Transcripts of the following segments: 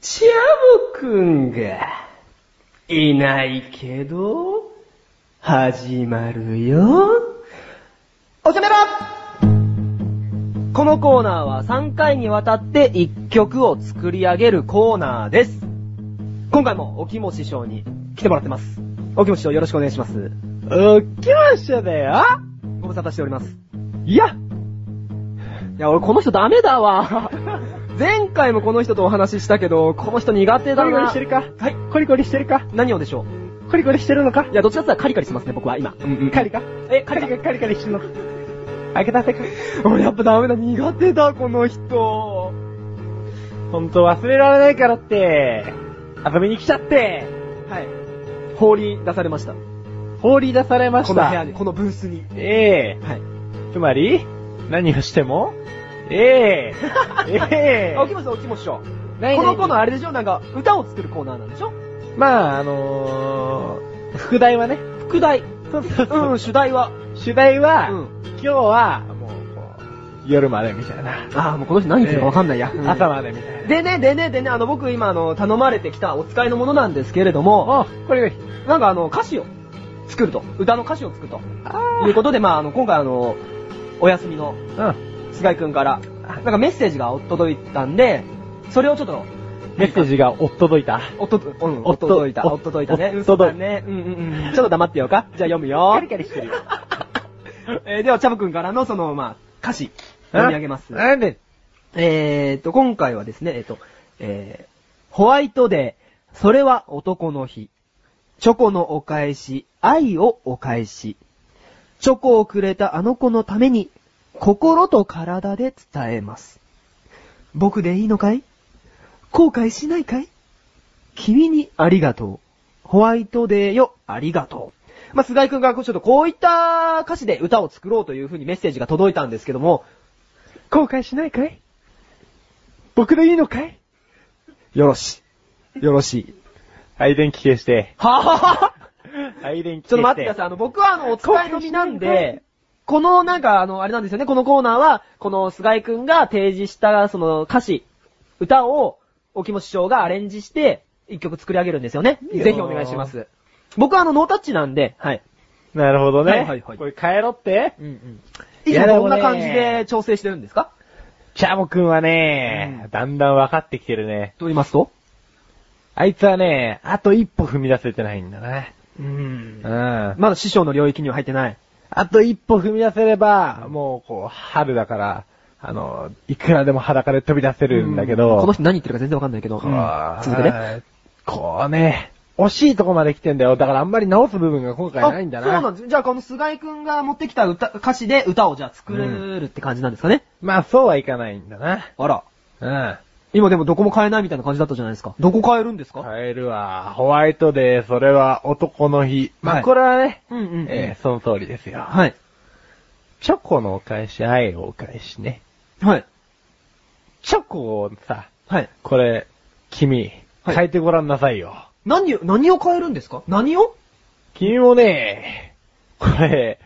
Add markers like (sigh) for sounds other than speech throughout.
チャボくんが、いないけど、始まるよ。おしゃべらこのコーナーは3回にわたって1曲を作り上げるコーナーです。今回も、おきも師匠に来てもらってます。おきも師匠よろしくお願いします。おきましただよご無沙汰しております。いやいや、俺この人ダメだわ。前回もこの人とお話ししたけど、この人苦手コだリコリしなて。るかはい。コリコリしてるか何をでしょコリコリしてるのかういや、どっちだったらカリカリしてますね、僕は今。うんうカリかえ、カカリリカカリカリカリしてるのか開けたてか俺やっぱダメだ、苦手だ、この人。ほんと忘れられないからって、遊びに来ち (laughs) ゃって、はい。放り出されました。放り出されまこしの部屋た。に、このブースに。ええはい。つまり、何をしても、ええええあ、起きましょう、起きましょう。ないないこのコーナーあれでしょなんか、歌を作るコーナーなんでしょまあ、あのー、副題はね、副題。そうそううん、主題は。主題うは、ん。今日は、もうこう、夜までみたいな。あー、もうこの人何言ってるかわかんないや。うん朝までみたいな。でね、でね、でね、あの、僕今、あの、頼まれてきたお使いのものなんですけれども、お、これがいい。なんかあの、歌詞を作ると。歌の歌詞を作ると。ということで、まあ、あの、今回あの、お休みのうん。菅井くんから、なんかメッセージが届いたんで、それをちょっと、メッセージがおっ届いた。おっと、うん、おおっっととどいた、おおっとどいたね。おっ嘘とどいだね。うんうんうん。ちょっと黙ってようか。じゃあ読むよ。カ (laughs) リしてるよ。えーでは、チャブくんからのその、まあ、歌詞、読み上げます。なんでえーと、今回はですね、えーと、えー、ホワイトデー、それは男の日。チョコのお返し、愛をお返し。チョコをくれたあの子のために、心と体で伝えます。僕でいいのかい後悔しないかい君にありがとう。ホワイトデーよ、ありがとう。まあ、菅井くんがちょっとこういった歌詞で歌を作ろうというふうにメッセージが届いたんですけども、後悔しないかい僕でいいのかいよろしい。よろしい。配電気消して。はぁはぁ配電気消して。ちょっと待ってください。あの、僕はあの、お使いの身なんで、このなんかあの、あれなんですよね、このコーナーは、この菅井くんが提示したその歌詞、歌を、おきも師匠がアレンジして、一曲作り上げるんですよね。いいよぜひお願いします。僕はあの、ノータッチなんで、はい。なるほどね。はいはいはいこれ帰ろって。うんうん。いついやもでどもんねな感じで調整してるんですかチャボくんはね、だんだん分かってきてるね。と言いますとあいつはね、あと一歩踏み出せてないんだな。うんうん。まだ師匠の領域には入ってない。あと一歩踏み出せれば、もうこう、春だから、あの、いくらでも裸で飛び出せるんだけど、うんこの人何言ってるか全然わかんないけど。こううん続けて。こうね、惜しいとこまで来てんだよ。だからあんまり直す部分が今回ないんだあな。そうなんです。じゃあこの菅井くんが持ってきた歌、歌詞で歌をじゃあ作るって感じなんですかね。まあそうはいかないんだな。あら。うん。今でもどこも変えないみたいな感じだったじゃないですか。どこ変えるんですか、変えるわ。ホワイトデー、それは男の日。まはあいこれはね、うんうんうんえーその通りですよ。はい。チョコのお返し、愛をお返しね。はい。チョコをさ、はい。これ、君、はい変えてごらんなさいよ。何を、何を変えるんですか何を君もね、これ、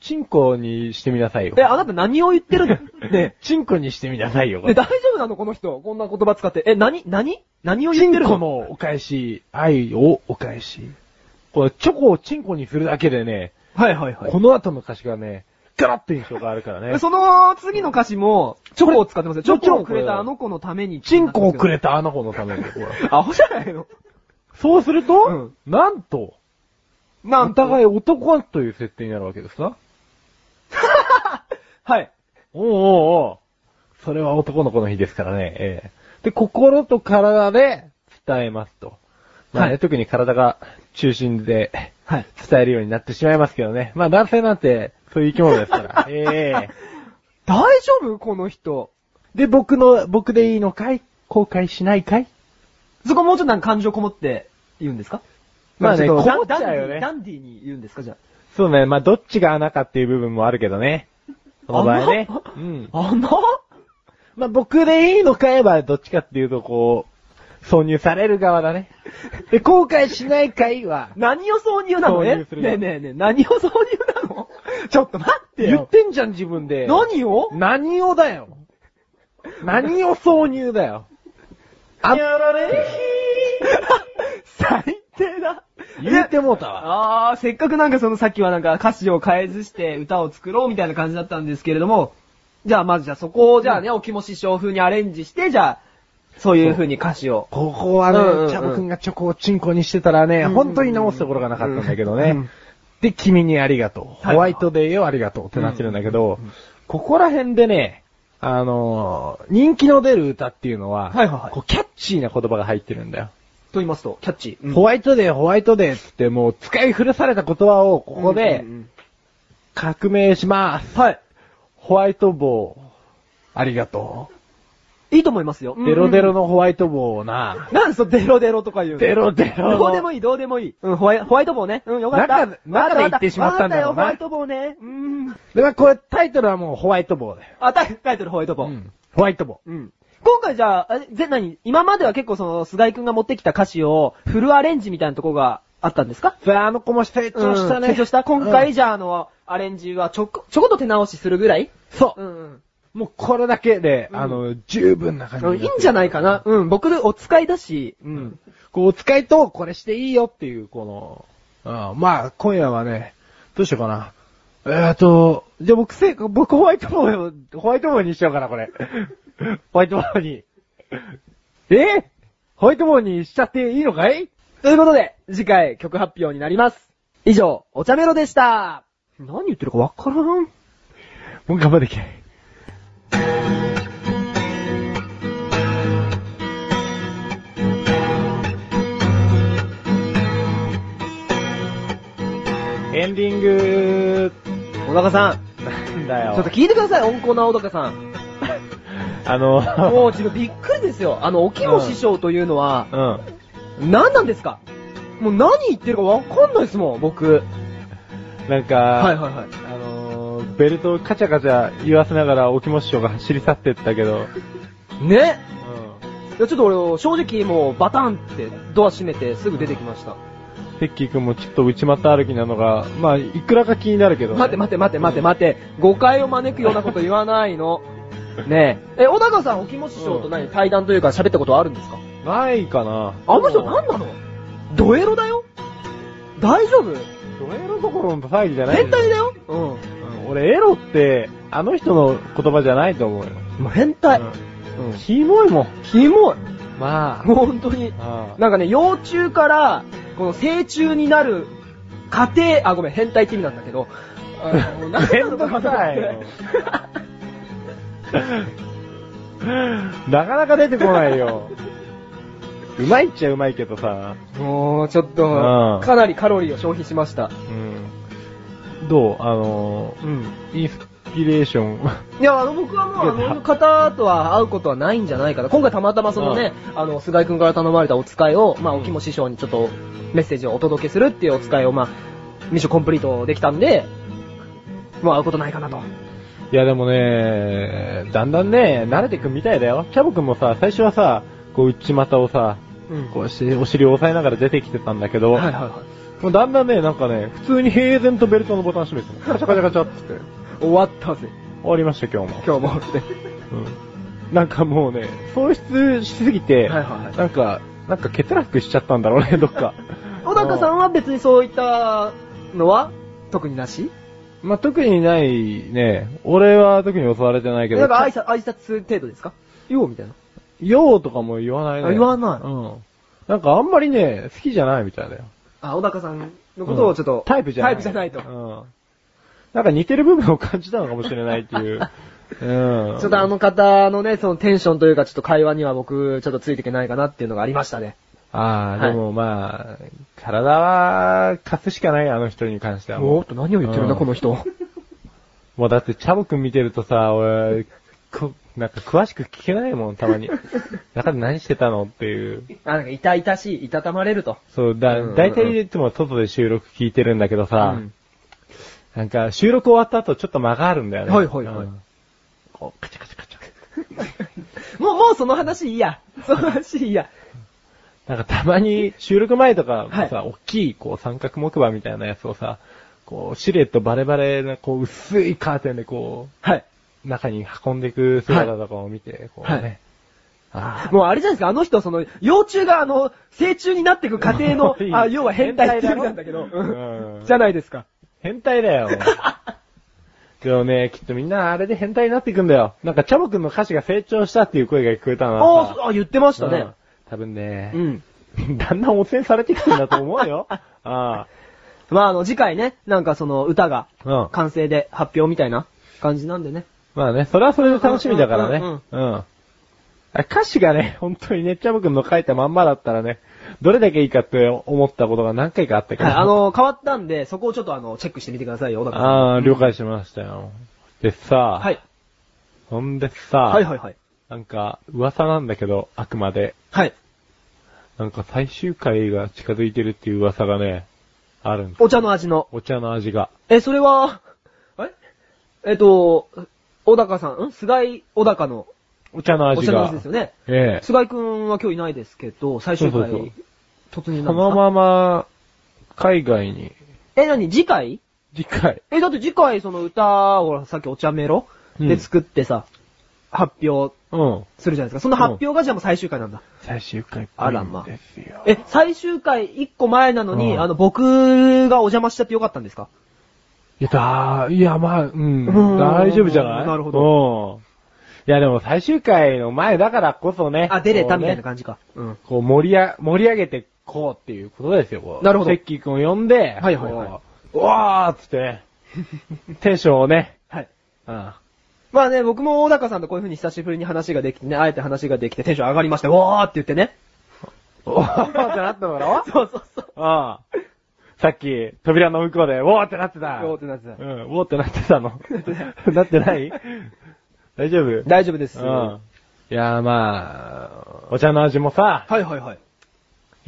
チンコにしてみなさいよ。え、あなた何を言ってる (laughs) のねチンコにしてみなさいよ、え。ね大丈夫なのこの人。こんな言葉使って。え、何何何を言ってるチンのコのお返し、愛をお返し。これ、チョコをチンコにするだけでね、はいはいはいこの後の歌詞がね、ガラッと印象があるからねえ。その次の歌詞も、チョコを使ってますよ。チこれョコをくれたあの子のために。チンコをくれた。たあの子のため (laughs) に。ほらアホじゃないのそうすると、うなんと、なおんと。互い男という設定になるわけですな。はい。おうおうおうそれは男の子の日ですからね。ええで、心と体で伝えますと。まあね、はい特に体が中心ではい。伝えるようになってしまいますけどね。まあ男性なんてそういう生き物です (laughs) から。ええ大丈夫この人。で、僕の、僕でいいのかい後悔しないかいそこもうちょっとなんか感情こもって言うんですかまあねちょっとこもっちゃうよねダンダンディーに言うんですかじゃそうね、まあどっちが穴かっていう部分もあるけどね。その場合ね。穴うん。あ。あなまあ僕でいいのかいはどっちかっていうとこう、挿入される側だね。 (laughs) で、後悔しないかいは、何を挿入なの挿入ねするよねえねえねえ、何を挿入なのちょっと待って言っよ。てんじゃん自分で。何を何をだよ。何を挿入だよ。あやられ (laughs) 最低だ。言うてもうたわ。あー、せっかくなんかそのさっきはなんか歌詞を変えずして歌を作ろうみたいな感じだったんですけれども、じゃあまずじゃあそこをじゃあね、おきも師匠風にアレンジして、じゃあ、そういう風に歌詞を。ここはうんうんうんね、チャボくんがチョコをチンコにしてたらね、うん本当に直すところがなかったんだけどうんうねん。で、君にありがとう。はいホワイトデーよありがとうってなってるんだけどうんうんうん、ここら辺でね、あのー、人気の出る歌っていうのは、はいはいはいこうキャッチーな言葉が入ってるんだよ。と言いますと、キャッチー。ホワイワイトデー、ホワイトデーっつってもう使い古された言葉をここで革命します。はい。ホワイト棒、ありがといいと思いますよ。う。デロデロ。のホワイト棒をな、なんそのデロデロとか言うのデロデロの。どうでもいい、どうでもいい。うん、ホワイホワイト棒ね。うん、よかった。中中で言ってしまったんだろうなわかったよ、ホワイト棒ね。うん。で、まあ、これタイトルはもうホワイト棒だよ。あ、タイタイトルホワイト棒。ホワイト棒。うん。今回じゃあ、あれぜ、何今までは結構その、菅井くんが持ってきた歌詞を、フルアレンジみたいなとこがあったんですかそれあの子も成長したね。うん成長した今回うんじゃあ、あの、アレンジはちょこ、ちょこっと手直しするぐらいそうう。ん。もうこれだけで、うんあの、十分な感じうにん。っいてるいんじゃないかな。うん、僕お使いだし。う。ん。こう、お使いと、これしていいよっていう、この、うん、まあ、今夜はね、どうしようかな。えーと、じゃあ僕せ、僕ホワイトボード、ホワイトボードにしようかな、これ。ホワイトボードに。えホワイトボードにしちゃっていいのかいということで、次回曲発表になります。以上、お茶メロでした。何言ってるかわからん。もう頑張っていけない。エンディング小高さん、なんちだょよ。っと聞いてください、温厚な小高さ (laughs) ん。あの、もう、ちょっとびっくりですよ。あの、沖野師匠というのは、うん。何なんですかもう何言ってるかわかんないですもん、僕。なんか、はいはいはい。あのー、ベルトをカチャカチャ言わせながら、沖本師匠が走り去ってったけど、ねうん。いや、ちょっと俺、正直もうバタンってドア閉めてすぐ出てきました。テッキー君もちょっと内股歩きなのが、まあ、いくらか気になるけど、待って待って待って待って待って、誤解を招くようなこと言わないの。 (laughs) ねえ。え、小高さん、沖本師匠と何、対談というか喋ったことあるんですかないかな。あの人何なのドエロだよ大丈夫ドエロどころの騒ぎじゃない変態だよううん俺エロって、あの人の言葉じゃないと思うよ。ん。もう変態。うんうんキモいもん。キモい。まもう本当に。 (laughs) あ。なんかね、幼虫から、この成虫になる過程、あ、ごめん、変態って意味なんだけど、あのなんなのかわかんなめんいどなかなか出てこないよ。うまいっちゃうまいけどさ。 (laughs) もう、ちょっうとん、かなりカロリーを消費しました。うん。どうあのうん。ー、インスピレーション。 (laughs) いや、あの、僕はもう、あいやの方とは会うことはないんじゃないかな。今回たまたまそのね、あの、菅井くんから頼まれたお使いを、まあ、うんおきも師匠にちょっとメッセージをお届けするっていうお使いを、まあ、ミッションコンプリートできたんで、もう会うことないかなと。いやでもね、だんだんね、慣れてくみたいだよ。キャボくんもさ、最初はさ、こう内股をさ、うんこうしてお尻を押さえながら出てきてたんだけど、はいはいはもうだんだんね、なんかね、普通に平然とベルトのボタン閉めてたのカチャカチャカチャってって。い。終わったぜ、終わりました、今日も。今日も。ってうん。なんかもうね、喪失しすぎて、はいはいはいなんか、なんか欠落しちゃったんだろうね、どっか。 (laughs) (laughs) 小高さんは別にそういったのは特になしまあ、特にないね、俺は特に襲われてないけど、なんか挨拶、挨拶程度ですかようみたいな。ようとかも言わないね。あ言わないうん。なんかあんまりね、好きじゃないみたいだよ。あ、小高さんのことをちょっと、うんタイプじゃなタい。イプじゃないと。うん。なんか似てる部分を感じたのかもしれないっ (laughs) ていう。うん。ちょっとあの方のね、そのテンションというか、ちょっと会話には僕、ちょっとついていけないかなっていうのがありましたね。あはあ、いでもまあ、体は、勝つしかない、あの人に関してはもう。と何を言ってるんだこの人。もうだって、チャボくん見てるとさ、俺、こ、なんか詳しく聞けないもん、たまに。 (laughs) 中で何してたのっていう。あ、なんか、痛々しい、いたたまれると。そう、だうんうんう、ん大体いつも外で収録聞いてるんだけどさ、うんなんか収録終わった後ちょっと間があるんだよね。はいはいはいうんこう、カチャカチャカチャ。もう、もうその話いいや。その話いいや。なんかたまに収録前とかはいさ、大きいこう三角木馬みたいなやつをさ、こうシルエットバレバレなこう薄いカーテンでこはい。う中に運んでいく姿とかを見て、こうね、はいあもうあれじゃないですか、あの人、その、幼虫があの、成虫になっていく過程 (laughs) のいい、あ、要は変態っていう意味なんだけど、うんじゃないですか。変態 (laughs) だよ。けどね、きっとみんなあれで変態になっていくんだよ。なんか、チャボくんの歌詞が成長したっていう声が聞こえたな。ああ、言ってましたうねん。。多分ねう、ん。 (laughs) だんだん汚染されてきてるんだと思 (laughs) うよ。あまあ、あの、次回ね、なんかその、歌が、あ。うん。完成で発表みたいな感じなんでね。まあね、それはそれで楽しみだからね。うん。あ歌詞がね、本当にね、チャボくんの書いたまんまだったらね、どれだけいいかって思ったことが何回かあったかはら。い、あの、変わったんで、そこをちょっとあの、チェックしてみてくださいよ、小高さん。ああ、了解しましたよ。でさ、はい。ほんでさ、はいはいはい。なんか、噂なんだけど、あくまで。はい。なんか最終回が近づいてるっていう噂がね、あるんです。お茶の味の。お茶の味が。え、それは、あれえっと、小高さん、ん菅井小高のお茶のお味茶のが。味ですよね。ええ。菅井くんは今日いないですけど、最終回そうそう、突入なそんですのかまま、海外に、え、なに次回次回。え、だって次回その歌をさっきお茶メロうんで作ってさ、発表うん。するじゃないですか。その発表がじゃあもう最終回なんだ。最終回あらまですよ。え、最終回一個前なのに、うんあの、僕がお邪魔しちゃってよかったんですかいや、だーいや、まあ、うん、うん大丈夫じゃないなるほど。うん。いや、でも最終回の前だからこそね。あ、出れたみたいなこうね感じか。うん。こう盛りあ、盛り上げてこうっていうことですよ、こうなるほどセッキーくんを呼んで、はいはいはいこう。うわーっつって (laughs) ね、テンションをね、はい。うん。 (laughs) まあね、僕も小高さんとこういう風に久しぶりに話ができてね、あえて話ができてテンション上がりました。わーって言ってね。おーってなったのかな (laughs) そうそうそう。ああ。さっき、扉の向こうで、おーってなってた。おーってなってたうん、おーってなって (laughs) たの。なってない大丈夫大丈夫です。うはん。いやーまあ、お茶の味もさ、いはいはい。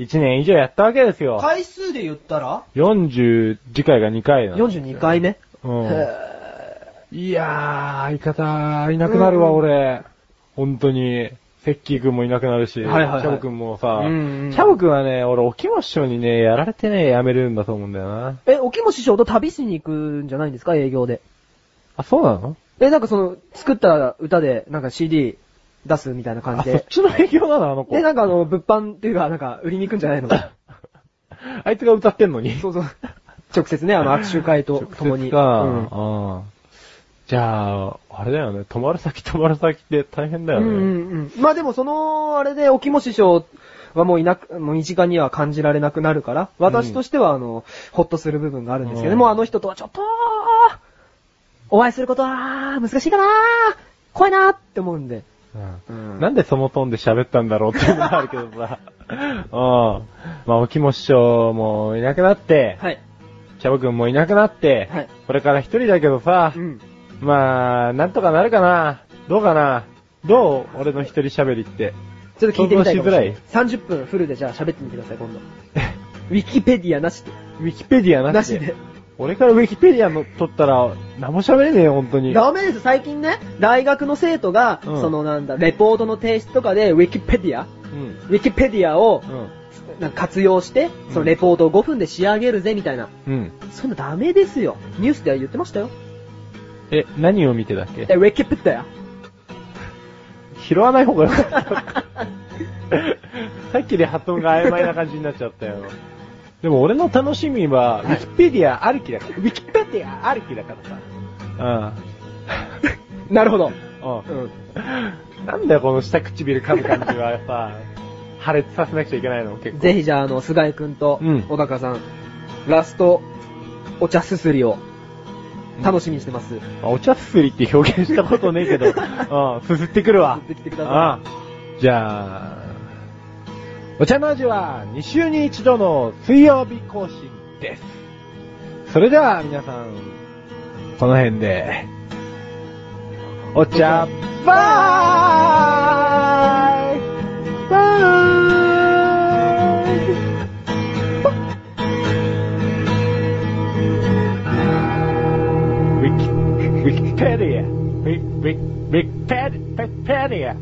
1年以上やったわけですよ。回数で言ったら40、次回が2回なんですよ ?42 回ね。うん。へいやー、相方、いなくなるわ、うん俺。本当に。セッキーくんもいなくなるし、はいはいはいシャボくんもさ、うんうんシャボくんはね、俺、沖野師匠にね、やられてね、やめるんだと思うんだよな。ーえ、沖も師匠と旅しに行くんじゃないんですか営業で。あ、そうなのえ、なんかその、作った歌で、なんか CD 出すみたいな感あ、じそっで。ちの営業なのあの子で、。なんかあの、物販っていうか、なんか売りに行くんじゃない (laughs) のあいつが歌ってんのに。そうそう。直接 (laughs) ね、あの、握手会と共に。直接か、うんうんじゃあ、あれだよね、泊まる先泊まる先って大変だようね。んうんうん。まあでもその、あれで、沖も師匠はもういなく、もう身近には感じられなくなるから、私としてはあの、ほっとする部分があるんですけど、うんもうあの人とはちょっと、お会いすることは、難しいかな怖いなって思うんで。ううんんなんでそのトーンで喋ったんだろうっていうのがあるけど (laughs) さ。うん。まあ、沖も師匠もいなくなって、はい。チャボくんもいなくなって、はいこれから一人だけどさ、うん。まあ、なんとかなるかな。どうかな。どう俺の一人喋りって。 (laughs) ちょっと聞いてみたいかもしれな想い像し。 30分フルでじゃあ喋ってみてください、今度。ウィキペディアなしで。ウィキペディアななししで。で。俺からウィキペディアの取ったら、何も喋れねえよ、本当に。ダメです、最近ね、大学の生徒が、うんそのなんだ、レポートの提出とかで、ウィキペディア、うん。ウィキペディアをうん。なんか活用して、そのレポートを5分で仕上げるぜ、みたいな。うん。そんなダメですよ。ニュースでは言ってましたよ。え、何を見てだっけえ、ウィキペ (laughs) ディア。拾わない方がよか (laughs) った。さっきで発音が曖昧な感じになっちゃったよ。でも俺の楽しみは、ウィキペディアありきだから、ウィキペディアありきだからさ。なるほど。うん。う。うんん。なんだよ、この下唇噛む感じはさ、破裂させなくちゃいけないの、結構。ぜひじゃあ、あの、菅井くんとうん、小高さん、ラスト、お茶すすりを、楽しみにしてます。まあお茶すすりって表現したことねえけ (laughs) ど、うん、すすってくるわ。すすってきてくださうんじゃあ、お茶の味は2週に一度の水曜日更新です。それでは皆さん、この辺で、お茶、バーイバーイウィキ、ウィキペディア、ウィ、ウィ、ウィキペディペペディア。